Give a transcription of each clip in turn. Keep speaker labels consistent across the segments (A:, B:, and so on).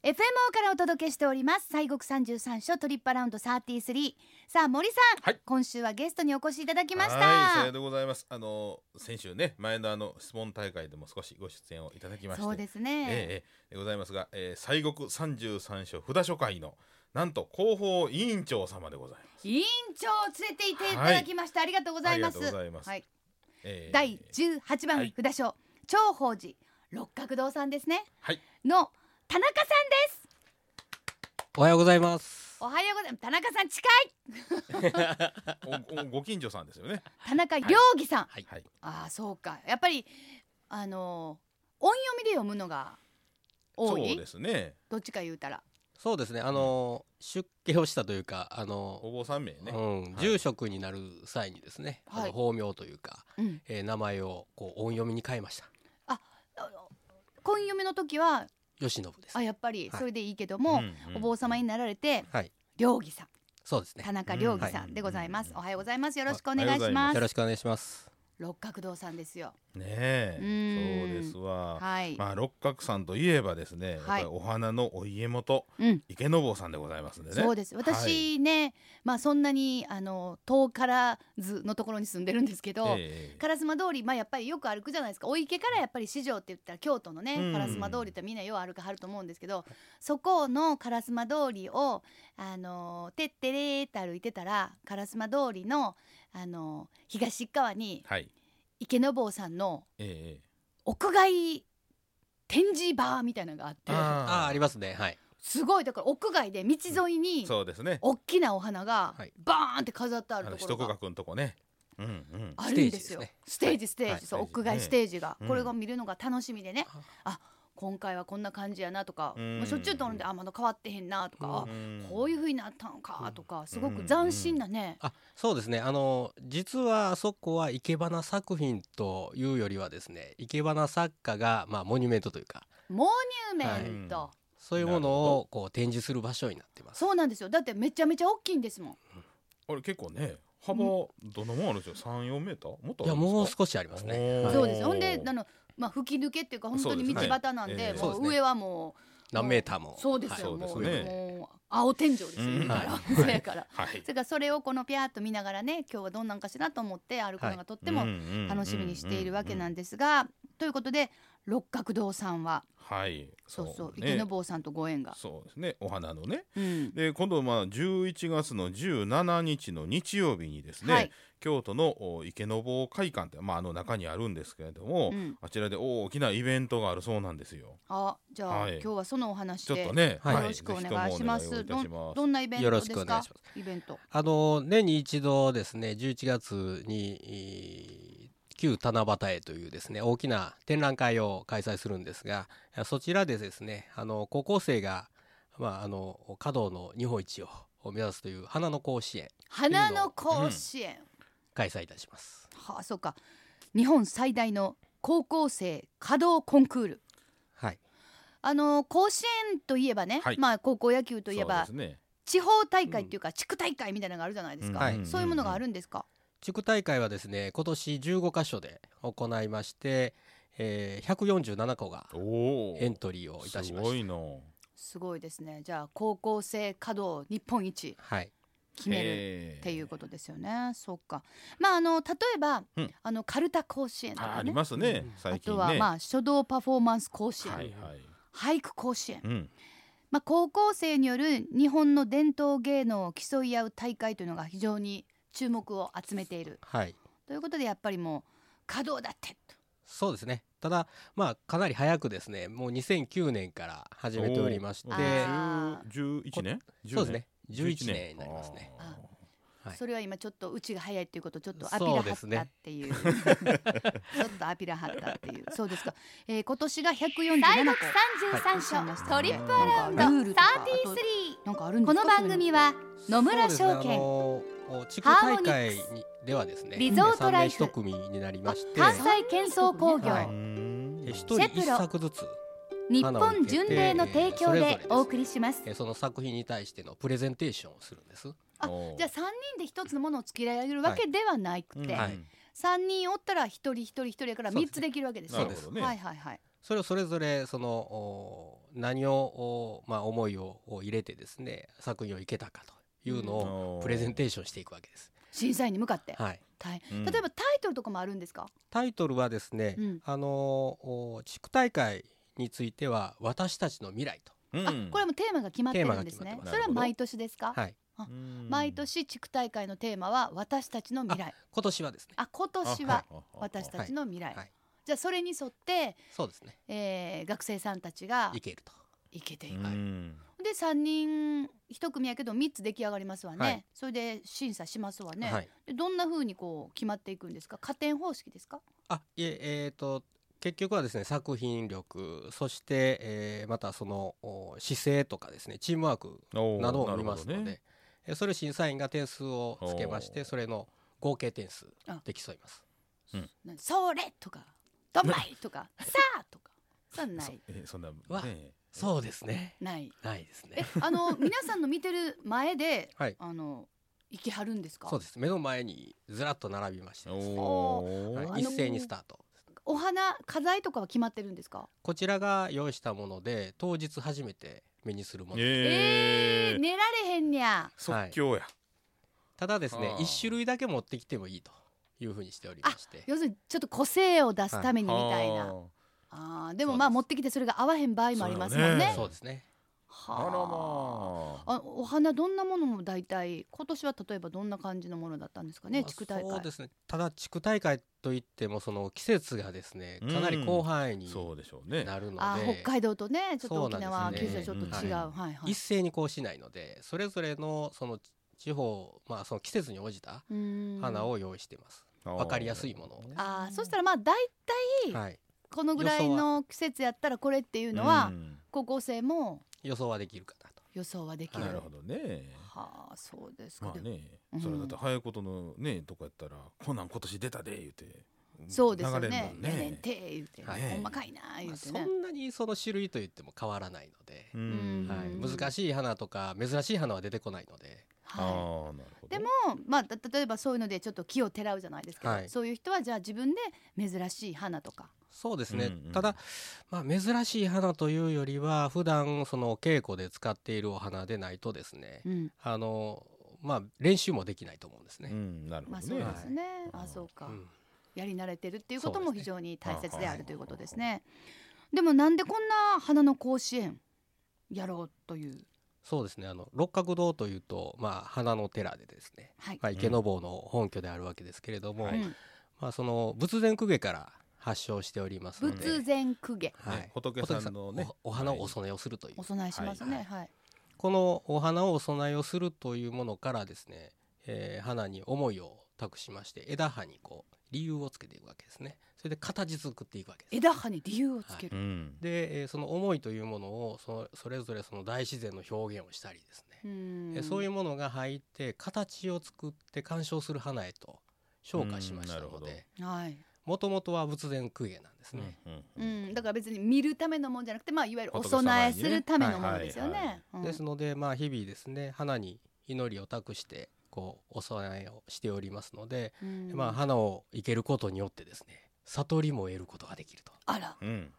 A: FMO からお届けしております西国三十三所トリップアラウンド33さあ森さん、
B: はい
A: 今週はゲストにお越しいただきました
B: はい、さようでございます。あの先週ね、前のあの質問大会でも少しご出演をいただきまして、
A: そうです
B: え
A: ね、
B: えええでございますが、えー、西国三十三所札所会のなんと広報委員長様でございます。
A: 委員長を連れていていただきました、ありがとうございます
B: ありがとうございます
A: はい、
B: えー
A: 第十八番、
B: はい
A: 札所長宝寺六角堂さんですね
B: はい、
A: の田中さんです
C: おはようございます。
A: おはようございます田中さん近い
B: おおご近所さんですよ ね。
A: 田中良義さん、
C: はい
B: はい、
A: ああそうかやっぱりあのー音読みで読むのが多
B: そう
A: い
B: ですね。
A: どっちか言うたら
C: そうですね。あの出家をしたというか、あの、
B: お坊さん名ね。
C: うん、
B: はい
C: 住職になる際にですね、あ
A: はい
C: の法名というか、
A: うん
C: えー名前をこう音読みに変えました。
A: あの婚読みの時は
C: 吉信です
A: あ。やっぱり
C: はい
A: それでいいけども、
B: うんうん
A: お坊様になられて
C: はい、
A: 良義さん
C: そうですね
A: 田。中良義さんでございます、
B: うん
A: お
B: はい
A: はようございますよろしくお願いしま
C: よ
A: す
C: ろしくお願いします。
A: 六角堂さんですよ
B: ねえ、
A: うん
B: そうですわ。
A: はい、
B: まあ六角さんといえばですね、やっぱ
A: はい
B: りお花のお家元、
A: うん
B: 池坊さんでございますんでね。
A: そうです
B: はい
A: 私ね、まあそんなにあの遠からずのところに住んでるんですけど、
B: ええ
A: 烏丸通り、まあ、やっぱりよく歩くじゃないですかお池からやっぱり市場って言ったら京都のね
B: うん
A: 烏丸通りってみんなよう歩かはると思うんですけどそこの烏丸通りをあのーてってれーって歩いてたら烏丸通りのあのー東側に
B: はい。
A: 池坊さんの
B: ええええ
A: 屋外展示バーみたいなのがあって
C: ああー、あり
B: ま
C: ますね。はい。
A: すごいだから屋外で道沿いに
B: そうですね。
A: 大きなお花が
C: はい
A: バーンって飾ってあ
B: あ
A: る
B: の
A: と
B: 一
A: ころ
B: 区
A: が
B: 画のとこね。うんうん。
A: あるんですよ。ス
C: ス
A: テ
C: テ
A: ー
C: ージ
A: ジ
C: ですね
A: ステー
C: は
A: ジ
C: い
A: そう
B: はい
A: 屋外ステージが
B: うん
A: これが見るのが楽しみでね
C: あ
A: 今回はこんな感じやなとか
B: うん
A: まあしょっちゅうとんであまだ変わってへんなとか
C: う
A: あこういう風になったんかとかすごく
B: うん
A: 斬新なね
C: あ、そうですね。あの実はあそこは生け花作品というよりはですね、生け花作家がまあモニュメントというか、
A: モニュメント
B: は
C: そういうも
B: なる
C: の
B: ほ
C: をこう展示する場所になってます。
A: そうなんですよだってめちゃめちゃ大きいんですもん
B: あれ結構ね、幅どのもんあるんですよ。三四メーター？もっと
C: い
B: あ
C: や
B: るんですか
C: もう少しありますね。
B: おー
C: はい
A: そうですよほんで
B: おー
A: あのまあ吹き抜けっていうか本当
B: そうで
A: に
B: す
A: 道
B: ね
A: 端なんで
B: ええ
A: も
C: そう
A: う
C: ですね
A: 上はも
C: 何メーターも。
A: うそうですよ
B: はい
A: も
B: そううですね
A: もう青天井ですよ
B: うん
A: だから
B: は い
A: そやから
B: はい
A: そ。れからそれをこのピャーっと見ながらね今日はどんなんかしらと思って歩くのがとっても楽しみにしているわけなん
B: で。
A: ですが、ということで六角堂さんは
B: はい。
A: そうそう
B: ね
A: 池坊さんとご縁が、
B: そうですね。お花のね。
A: うん、
B: で今度まあ11月の17日の日曜日にですね、
A: はい
B: 京都のお池坊会館って、まあ、あの中にあるんですけれども、
A: うん
B: あちらで大きなイベントがあるそうなんですよ。
A: あじゃあ、
B: はい
A: 今日はそのお話
B: ちょっ
A: で
B: とね、
C: はい
A: よろしくお願いします,、
B: ぜひともお願いをいたします
A: どんなイベントです
C: よろしくお願
A: か
C: いしま
A: イベント
C: あの年に一度ですね11月にえー旧七夕へというですね大きな展覧会を開催するんですがそちらでですねあの高校生が、まあ、あの華道の日本一を目指すという花の甲子園
A: 花の甲子園、
C: 開催いたします。
A: はあそうか日本最大の高校生華道コンクール
C: はい、
A: あの甲子園といえばね、
B: はい
A: まあ高校野球といえば、
B: そうですね
A: 地方大会っていうか、地区大会みたいなのがあるじゃないですか、
C: はい
A: そういうものがあるんですか、
C: 地区大会はですね今年15箇所で行いまして、えー、147校が
B: おお
C: エントリーをいたし
B: す
C: ま
B: ご
C: し
B: い
C: た。
B: な
A: すごいですねじゃあ高校生華道日本一
C: はい、
A: 決める
B: る
A: っていうことですよねそうかまああの例えば、
B: うん
A: あのカルタ甲子園とか、ね、
B: あありますね、
C: うん
B: 最
A: あ
B: 近
A: と
B: ね
A: はまあ書道パフォーマンス甲子園、
B: はいはい
A: 俳句甲子園、
B: うん
A: まあ、高校生による日本の伝統芸能を競い合う大会というのが非常に注目を集めている
C: はい
A: ということでやっぱりもう華道だってと
C: そうですね。ただ、まあ、かなり早くですね、もう2009年から始めておりまし
A: お
C: て、
A: ーあ
B: 10 11年
C: そうですね、
B: 10
C: 11年になりますね。
B: あー
C: はい
A: それは今ちょっとうちが早いっていうことをちょっとアピラはったっていう ちょっとアピラはったっていうそうですか、えー、今年が147
D: 三十三所トリップアラウンド
A: ルールとかあと
D: 33
A: 個なんかあるんで
D: こ
A: すか
D: の番組は野村証
C: そうですねあ
D: 券
C: のー地区大会にではですね、
D: リゾートライフ
C: 3名1組になりまして、
D: 関西建装工業、
C: はいう
B: ーん
C: 1人
D: セプロ
C: 1作ずつ、
D: 日本巡礼の提供でお送りします
C: えーその作品に対してのプレゼンテーションをするんです。
A: あ
B: おー
A: じゃあ三人で一つのものを作り上げるわけではなくて、
B: うん
C: はい
A: 三人おったら一人一人一人やから
C: そう
A: 三
C: です
A: つ
C: ね
A: できるわけです
B: な
A: ね
B: るほどね
A: はいはいはい
C: それをそれぞれ、その、お何を、おまあ、思いをを入れてですね作品をいけたかというのをプレゼンテーションしていくわけです。
A: 審査員に向かって、
C: はい、
A: 大
B: うん
A: 例えばタイトルとかもあるんですか、
C: タイトルはですね、
A: うん
C: あのお地区大会については「私たちの未来と」
B: うん
A: あこれもテーマが決まってるんです
C: テー
A: ね
C: マが決ま
B: ま
C: って
B: す
A: それは毎年ですか、
C: はい、
B: うん
A: 毎年地区大会のテーマは私たちの未来
C: 今年はですね
A: あ今年
B: あ
A: は
B: ああ
A: 私たちの未来、
C: はい
A: じゃあそれに沿って、
C: そうですね
A: えー学生さんたちが
C: いけると
A: いけていく、
B: うん
A: で3人1組やけど3つ出来上がりますわね、
C: はい
A: それで審査しますわね、
C: はい、
A: でどんな風にこう決まっていくんですか加点方式ですか
C: あいええー、と結局はですね作品力そして、えーまたそのお姿勢とかですねチームワーク
B: おー
C: など
B: な
C: を
B: る
C: 見
B: ほ
C: ま
B: ど
C: す
B: ね
C: ので、えそれを審査員が点数をつけまし
B: お
C: て
B: ー
C: それの合計点数
A: あ
C: で競います。
A: なそれとかどんまいと かさあとかさあな
B: そ
A: い
B: えそんなね
C: わそうですね
A: ない
C: ないです
A: え
C: ね。
A: あの皆さんの見てる前で、
C: はい
A: あの行きはるんですか
C: そうです目の前にずらっと並びましてですね、
B: お
C: はい
B: ー
A: あの
C: 一斉にスタート。
A: お花課題とかは決まってるんですか
C: こちらが用意したもので当日初めて目にするもの、
A: え
B: え
A: ー、
B: ー
A: 寝られへんにゃ
B: 即興や
C: ただですね
B: あー
C: 一種類だけ持ってきてもいいというふうにしておりまして
A: 要するにちょっと個性を出すためにみたいな、
B: はあ
A: あーでもまあ
C: そうです
A: 持ってきてそれが合わへん場合もありますも
B: そ
A: ん
B: う
A: ね
B: よ
C: そうですね
A: は
B: あらまあ
A: あお花どんなものも大体今年は例えばどんな感じのものだったんですかね、
C: まあ
A: 地区大
C: そ
A: 会
C: うですねただ地区大会といってもその季節がですねかなり広範囲に
B: そうでしょうね
C: なるの
A: あー
C: で、
A: 北海道とねちょっと
C: そう
A: 沖
C: なんです
A: 縄、九
C: ね
A: 州はちょっと違う、
C: うん
A: はいはい
C: 一斉にこうしないのでそれぞれのその地方まあその季節に応じた
A: うーん
C: 花を用意しています、わかりやすいものをね
A: あーそしたらまあ大うん
C: はい
A: このぐらいの季節やったらこれっていう
B: ら
A: のは高校生も
C: 予想はできるかなと
A: 予想はできる。
B: なるほどね
A: はあそうですか、
B: まあ
A: でも
B: ね
A: うん
B: それだって早いことのねとかやったらこんなん今年出たで言うて
A: そうですよ
B: 流れる
A: ね
B: もん
A: 「やねん
B: ね
A: て」言うて、
C: はい
A: ほんまかいな」言
C: まあ
A: うて
C: そ
A: ね。
C: んなにその種類といっても変わらないので、
B: う
A: うん
C: はい、
A: むず
C: 難しい花とか珍しい花は出てこないので、
B: ああ
A: はい
B: なるほど
A: でも、まあ、た例えばそういうのでちょっと木をてらうじゃないですけど、
C: はい
A: そういう人はじゃあ自分で珍しい花とか、
C: そうですね、
B: うんうん
C: ただ、まあ、珍しい花というよりは普段その稽古で使っているお花でないとですね、
A: うん
C: あのまあ、練習もできないと思うんですね。
B: うんなるほ
A: まあ
B: ど
A: そう
B: ね
A: ですね、
B: はい
A: あそうか、
C: うん
A: やり慣れてるっていうこと
C: そ
A: も
C: うですね
A: 非常に大切であるということですね。でもなんでこんな花の甲子園やろうという、
C: そうですねあの六角堂というと、まあ、花の寺でですね、
A: はい
C: まあ、池坊の本拠であるわけですけれども、
A: うん
C: まあ、その仏前公家から発祥しておりますので
A: 仏前公家
C: はい
B: ね、仏さんのね
C: おお花をお供えをするという、
A: お供えしますね、はい
C: このお花をお供えをするというものからですね、えー花に思いを託しまして枝葉にこう理由をつけていくわけですねそれで形作っていくわけです
A: 枝葉に理由をつける、
B: うん
C: で、えーその思いというものをそのそれぞれその大自然の表現をしたりですね、
A: うん
C: えーそういうものが入って形を作って鑑賞する花へと昇華しました
B: うん
C: の
B: なる
C: で
A: はい
C: もともとは仏前公家なんですね、
B: うん
A: う
B: うん
A: ん、だから別に見るためのもんじゃなくて、まあ、いわゆるお供えするためのものですよ
B: はいはい
A: ね。うん
C: ですので、まあ、日々ですね花に祈りを託してこうお供えをしておりますので、
A: うん
C: まあ、花を生けることによってですね悟りも得ることができると。
A: あら
B: うん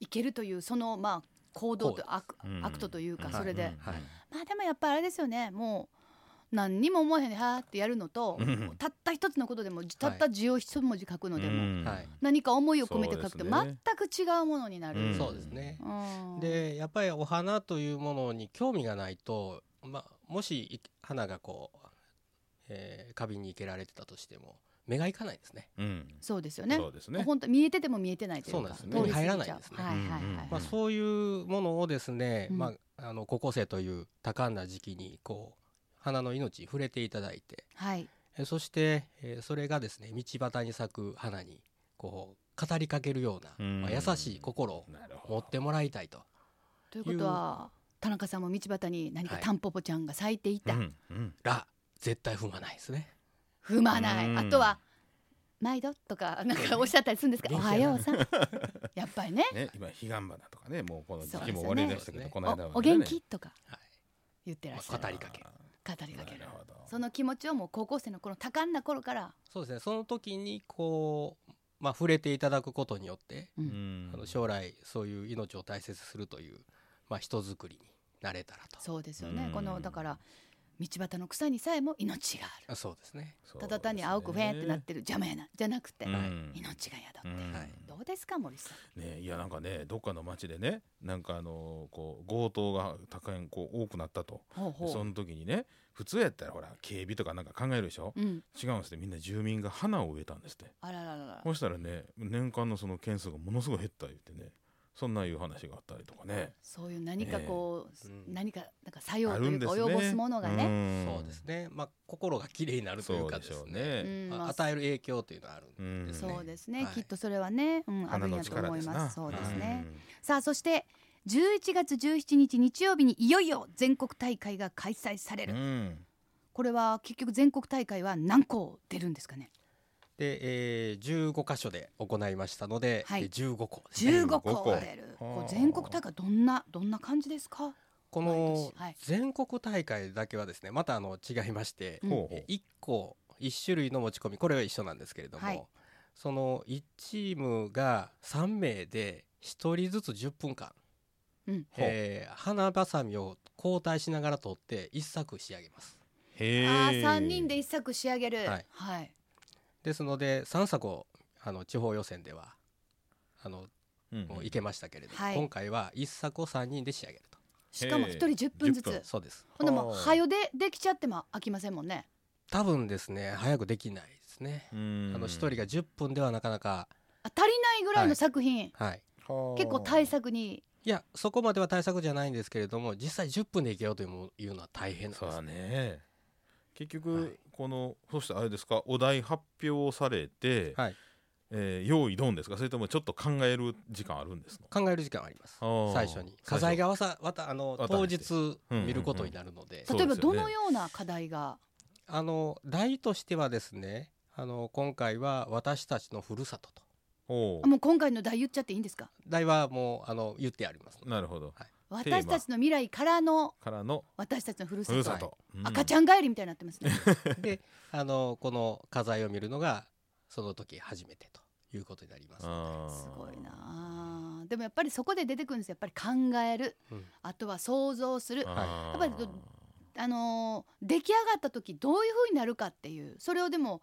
A: いけるというそのまあ行動と悪,、
B: うん
A: アクトというか
C: ん
A: それで、
B: はい
C: はい
A: まあでもやっぱあれですよねもう何にも思えへんではーってやるのと、
B: うん
A: たった一つのことでもたった字を一文字書くのでも、
B: うん
C: はい
A: 何か思いを込めて書くと
B: そうです
A: 全
B: ね
A: く違うものになる。
B: うん
C: そうですね。
A: うん
C: でやっぱりお花というものに興味がないと、まあ、もしい花がこう、えー花瓶に生けられてたとしても目がいかないですね。
B: うん
A: そうですよね。
B: そうですね
A: 本当見えてても見えてないというか
C: そうなんですね
A: 通り過ぎちゃう
C: 入らないですね
A: はいはいはい。
C: まあ、
B: うん
C: そういうものをですね、
A: うん
C: まあ、あの高校生という多感な時期にこう花の命に触れていただいて
A: はい。
C: えそして、えーそれがですね道端に咲く花にこう語りかけるような、
B: うん
C: まあ、優しい心を
B: なるほ
C: 持
B: ど
C: ってもらいたいと
A: ということは田中さんも道端に何かタンポポちゃんが咲いていた、
B: うんうん
C: ら絶対踏まないですね。
A: 踏まない、
B: うん
A: あとは毎度とかなんかおっしゃったりするんですけど、おはようさん、やっぱりね、
B: ね、今彼岸花とかねもうこの時
A: そうです
B: 期
A: ね
B: も終わりでしたけど、
C: そうですね
B: この間は、ね、
A: おお元気とか
C: はい
A: 言ってらっしゃ
C: まあ
A: る
C: 語りかけ
A: 語りかける
B: なるほど
A: その気持ちをもう高校生の頃多感な頃から、
C: そうですねその時にこう、まあ、触れていただくことによって、
B: うん
C: あの将来そういう命を大切にするというまあ、人づくりになれたらと
A: そうですよね
B: うん
A: このだから道端の草にさえも命がある
C: あそうですね
A: ただ単に青くフェーってなってる邪魔やなじゃなくて、
B: うん
A: 命が宿って、
B: うん
C: はい
A: どうですか森さん
B: ね、いやなんかねどっかの町でねなんかあのこう強盗が高いこう多くなったと
A: ほう
B: でその時にね普通やったらほら警備とかなんか考えるでしょ、
A: うん
B: 違うんですってみんな住民が花を植えたんですって
A: あらららら
B: そしたらね年間のその件数がものすごい減った言ってねそんないう話があったりとかね
A: そういう何かこう、
C: ええうん
A: 何かなんか作用
B: あ
A: と
B: る
A: い
B: ん
A: う
B: です
A: か
B: ね
A: 及ぼすものがね、
B: ん
C: そうですね、まあ、心がきれいになるとい
B: そう
C: うか
B: で
C: で
B: しょ
C: す
B: う
C: ね
B: ね、
A: うん
C: ま
A: ま
C: あ
A: あ
C: 与える影響というのはあるんですね、
A: そうですね、
C: はい
A: きっとそれはね、うん、あ
B: 花
A: るん
B: の
A: やと
B: 力
A: 思
B: で
A: い
B: す
A: ま
B: な
A: すそうです
C: うん
A: ね、さあそして11月17日日曜日にいよいよ全国大会が開催され
B: う
A: る、
B: んうん
A: これは結局全国大会は何校出るんですかね
C: で、えー、15箇所で行いましたので、
A: はい
C: えー15校ですね
A: 15
B: 15
A: 校
B: 校
A: 出る、
B: はい
A: こう全国大会どんなどんな感じですか
C: こ
A: 毎
C: の
A: 年はい
C: 全国大会だけはですねまたあの違いまして、
A: うん
B: ほうほ
C: え
B: う
C: 1個1種類の持ち込みこれは一緒なんですけれども、
A: はい
C: その1チームが3名で1人ずつ10分間、
A: うん
B: ほう
C: えー花ばさみを交代しながら取って1作仕上げます
B: へえ
A: あー三人で一作仕上げるは
C: はいい、
A: はい
C: ですので3作をあの地方予選ではあのもういけましたけれども、
A: はい
C: 今回は1作を3人で仕上げる
A: しかも一人10分ず
B: 10
A: つ
B: 分
C: とそうです
A: ほんでもう
B: はあ
A: 早でできちゃっても飽きませんもんね
C: 多分ですね早くできないですね、あの1人が10分ではなかなか
A: あ足りないぐらいの作品、
C: はい
A: 結構対策に
C: いやそこまでは対策じゃないんですけれども実際10分でいけようというもいうのは大変なん
B: そう
C: です
B: だ
C: ね。
B: ね結
C: は
B: 局
C: い
B: この、そしてあれですかお題発表されて、
C: はい、
B: えー用意どんですかそれともちょっと考える時間あるんですか
C: 考える時間はあります
B: あー
C: 最初に
B: 最初
C: 課題がわさわたあの
B: わた
C: 当
B: わたして
C: 日
B: うんうんうん
C: 見ることになるので、
B: そう
A: 例えば
B: ですよ
A: ど
B: ね
A: のような課題が、
C: あの題としてはですねあの今回は「私たちのふるさと」と
B: お
A: あもう今回の題言っちゃっていいんですか
C: 題はもうあの言ってあります
B: うなるほどテーマ
A: 私たちの未来からの
B: からの
A: 私たちのふるさ
B: ふ
A: と
B: るさと、うん
A: 赤ちゃん帰りみたいになってますね
C: であのこの課題を見るのがその時初めてということになります の
B: あー
A: すごいなあでもやっぱりそこで出てくるんですよやっぱり考える
C: で、うん
A: あとは想像するあ
B: あー
A: やっぱりどのー出来上がった時どういう風になるかっていうそれをでも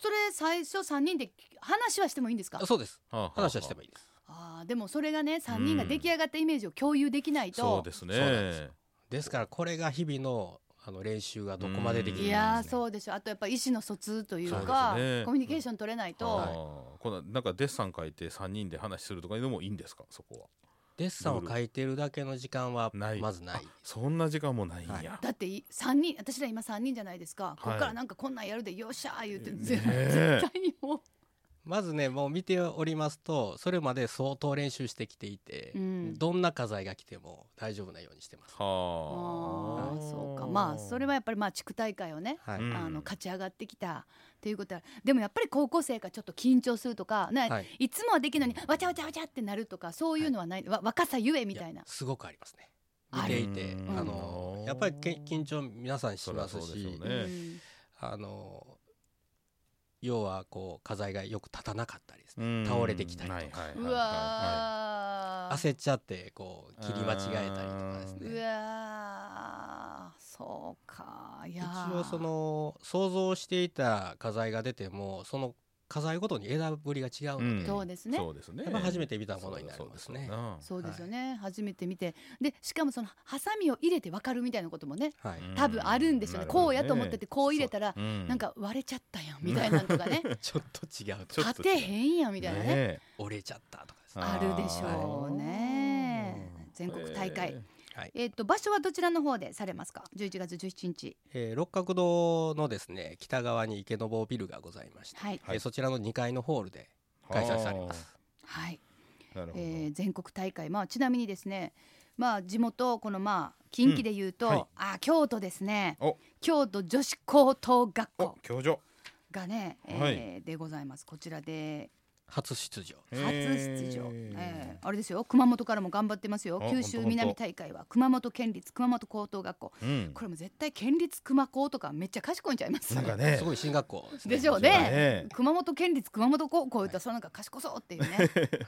A: それ最初3人で話はしてもいいんですか
C: あそうです
B: はあはあ
C: 話はしてもいいです。
A: あーでもそれがね3人が出来上がったイメージを共有できない
B: そ
A: と
B: うです
C: そうなん
B: ね
C: ですからこれが日々のあの練習がどこまででき
A: い
C: るかですね
A: やーそうでしょあとやっぱ意思の疎通というか
B: そうですね
A: コミュニケーション取れないと、
B: あーこのなんかデッサン書いて三人で話するとかでもいいんですかそこは
C: デッサンを書いてるだけの時間は
B: ない
C: まずない
B: あそんな時間もないんや、
C: はい
A: だってい三人私ら今3人じゃないですか、こっから
B: はい
A: なんかこんなんやるでよっしゃー言って、
B: ね
A: 絶
B: え
A: 対にもう、
C: まずねもう見ておりますとそれまで相当練習してきていて、
A: うん
C: どんな課題が来ても大丈夫なようにしてます。
A: あ
B: はあ
A: ーそうかまあそれはやっぱりまあ地区大会をね、
C: はい
B: うん
A: あの勝ち上がってきたっていうことはでもやっぱり高校生がちょっと緊張するとか、ね
C: はいい、
A: つもはできるのにわちゃわちゃわちゃってなるとかそういうのはない、わ若さゆえみたい
C: い
A: な
C: や。すごくありますね。見
A: ある
C: ていて
B: うん
C: あのやっぱりけ緊張皆さんしま
B: そ
C: す
B: りゃそうでしょ
C: し、
B: うね
A: うん
C: あの要はこう課題がよく立たなかったりですね、
B: うん
C: 倒れてきたりと
B: は
C: か
B: いはいはいはいう
A: わー
C: 焦っちゃってこう切り間違えたりとかです
B: て
A: う
C: ね。
A: わーそうかいやー
C: 一応その想像していた課題が出てもその課題ごとに枝ぶりが違うので、
A: そうですね
B: そうですね
C: やっぱ初めて見たものになりますね
B: そう
A: そ
B: だそうだ
A: うですよね、初めて見てでしかもそのハサミを入れて分かるみたいなこともね
C: はい、
B: うん
A: 多分あるんでしょうね、
B: なるほど
A: こうやと思っててこう入れたら、
B: うん
A: なんか割れちゃったやんみたいなんとかね
C: ちょっと違うと
B: ちょっ
A: 立
B: と
A: てへんやんみたいなね
B: ね
C: 折れちゃったとかですね
A: あるでしょうね
B: あー
A: 全国大会、え
B: え
C: はい
A: っと場所はどちらの方でされますか11月17日
C: えー六角堂のですね北側に池坊ビルがございまして、
A: はい
B: はい
C: えーそちらの2階のホールで開催されます。
A: はい、
B: あーなるほど、
A: えー全国大会まあちなみにですねまあ地元このまあ近畿で言うと、
B: うんはい
A: あ京都ですね
B: お
A: 京都女子高等学
B: お
A: 校
B: 教授
A: がね、えー
B: はい
A: でございますこちらで
C: 初出場
A: 初出場、
B: へー
A: えーあれですよ熊本からも頑張ってますよ
B: あ
A: 九州
B: ほんとほんと
A: 南大会は熊本県立熊本高等学校
B: うん
A: これも絶対県立熊高とかめっちゃ賢いんちゃいます
B: なんかね
C: すごい進学校すね
A: でしょう
B: そうだ
A: ね
B: ね
A: 熊本県立熊本高校言ったらそのなんか賢そうっていうね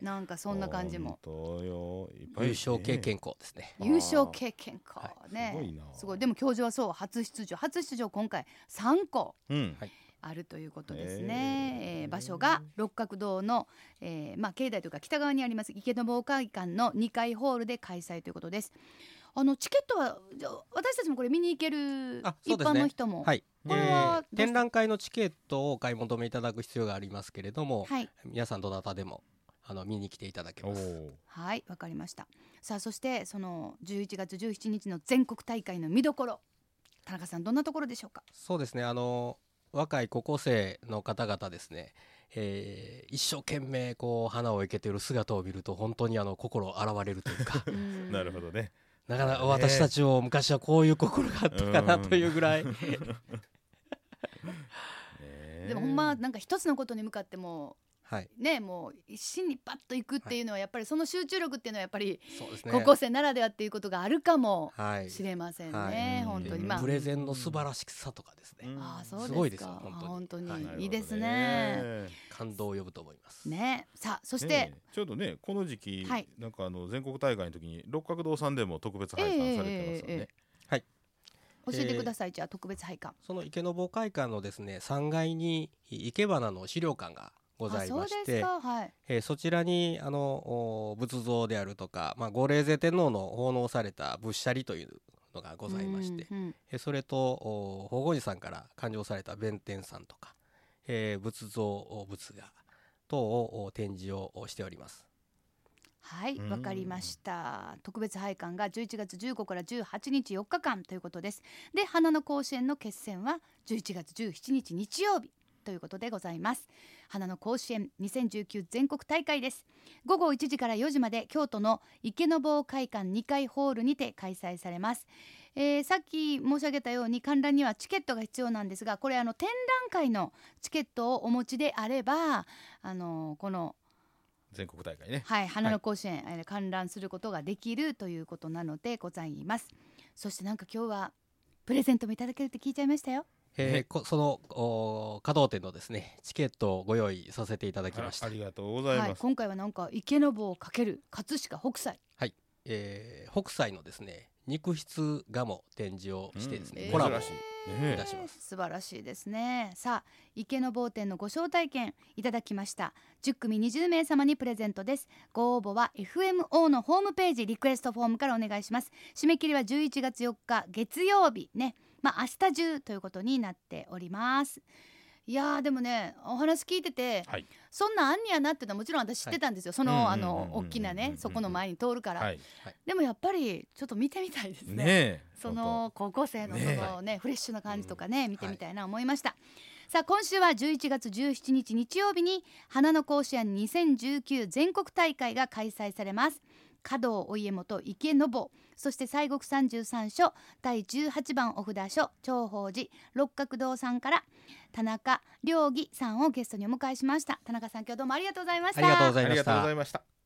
A: なんかそんな感じ も
B: 本当よいっぱい
C: 優勝経験校ですね
A: 優勝経験かね、
B: すごいな
A: すごいでも教授はそう初出場初出場今回3校
B: うん
C: はい
A: あるということです
B: へ
A: ね、
B: ー
A: えー場所が六角堂の、えーまあ、境内というか北側にあります池坊会館の2階ホールで開催ということですあのチケットはじゃあ私たちもこれ見に行ける
C: あそ
A: 一
C: うです
A: 般
C: ね
A: の人も、
C: はい、
A: これは
C: えー展覧会のチケットをお買い求めいただく必要がありますけれども、
A: はい
C: 皆さんどなたでもあの見に来ていただけ
B: お
C: ます。
B: ー
A: はいわかりましたさあそしてその11月17日の全国大会の見どころ田中さんどんなところでしょうか
C: そうですねあの若い高校生の方々ですね、えー一生懸命こう花を生けている姿を見ると本当にあの心洗われるとい うか
B: なるほ
A: ど
B: どね
C: なかなか私たちも昔はこういう心があったかなというぐらい
B: ね
A: でもほんまなんか一つのことに向かっても
C: はい
A: ねもう一心にパッと行くっていうのはやっぱりその集中力っていうのはやっぱり
C: そうですね
A: 高校生ならではっていうことがあるかも
C: はい
A: しれませんね、
C: はい
A: 本当に
B: うん
A: まあ
C: プレゼンの素晴らしさとかですね、
B: うん
A: ああそうですか
C: すごいですよ
A: あ
C: 本当に
A: 本当に、
C: はい
B: なるほど
A: い、いですね
C: 感動を呼ぶと思います。
A: ねさあそして、
B: ねえちょうどねこの時期、
A: はい
B: なんかあの全国大会の時に六角堂さんでも特別配
A: ええ
B: 管されてますよ
A: えええ
B: ね
A: え。教えてください、じゃあ特別拝観
C: その池坊会館のですね3階にいけばなの資料館がござ
A: あ
C: い
A: そう
C: ま
A: で
C: し
A: す
C: て
A: かはい
C: えーそちらにあのお仏像であるとか、まあ、五霊勢天皇の奉納された仏舎利というのがございまして、
A: うんうん
C: えーそれとお宝厳寺さんから勘定された弁天さんとか、えー仏像お仏画等をお展示をおしております。
A: はい
B: うん
A: わかりました特別拝観が11月15から18日4日間ということですで花の甲子園の決戦は11月17日日曜日ということでございます花の甲子園2019全国大会です午後1時から4時まで京都の池坊会館2階ホールにて開催されます、えーさっき申し上げたように観覧にはチケットが必要なんですがこれあの展覧会のチケットをお持ちであればあのこの
B: 全国大会ね。
A: はい、花の甲子園、えー観覧することができるということなのでございます。そしてなんか今日はプレゼントもいただけるって聞いちゃいましたよ。
C: えー
B: ね
C: こそのお華道展のですねチケットをご用意させていただきました。
B: ありがとうござい
A: はい
B: ま、す。
A: 今回はなんか池の棒をかける葛飾北斎。
C: えー北斎のですね肉筆画も展示をしてですね、
A: うん
C: コラボ
B: 珍しいね
C: い
B: え
C: たします。
A: 素晴らしいですねさあ池の坊店のご招待券いただきました10組20名様にプレゼントですご応募は FMO のホームページリクエストフォームからお願いします締め切りは11月4日月曜日ねまあ明日中ということになっておりますいやーでもねお話聞いてて、
B: はい
A: そんなんあんにやなっていうのはもちろん私知ってたんですよ、その、
B: うんうんうんうん
A: あの大きな
B: うんうん
A: ね
B: うん
A: そこの前に通るから、
B: はい。
A: でもやっぱりちょっと見てみたいです
B: ねえ。
A: その高校生のそ
B: ねえ
A: のねフレッシュな感じとかね見てみたいな思いました。さあ今週は11月17日日曜日に花の甲子園2019全国大会が開催されます。加藤お家元池の坊そして西国三十三所第18番お札所長宝寺六角堂さんから田中良義さんをゲストにお迎えしました田中さん今日どうもありがとうございました
C: ありがとうございま
B: 本当ありが
C: した
B: とうございました。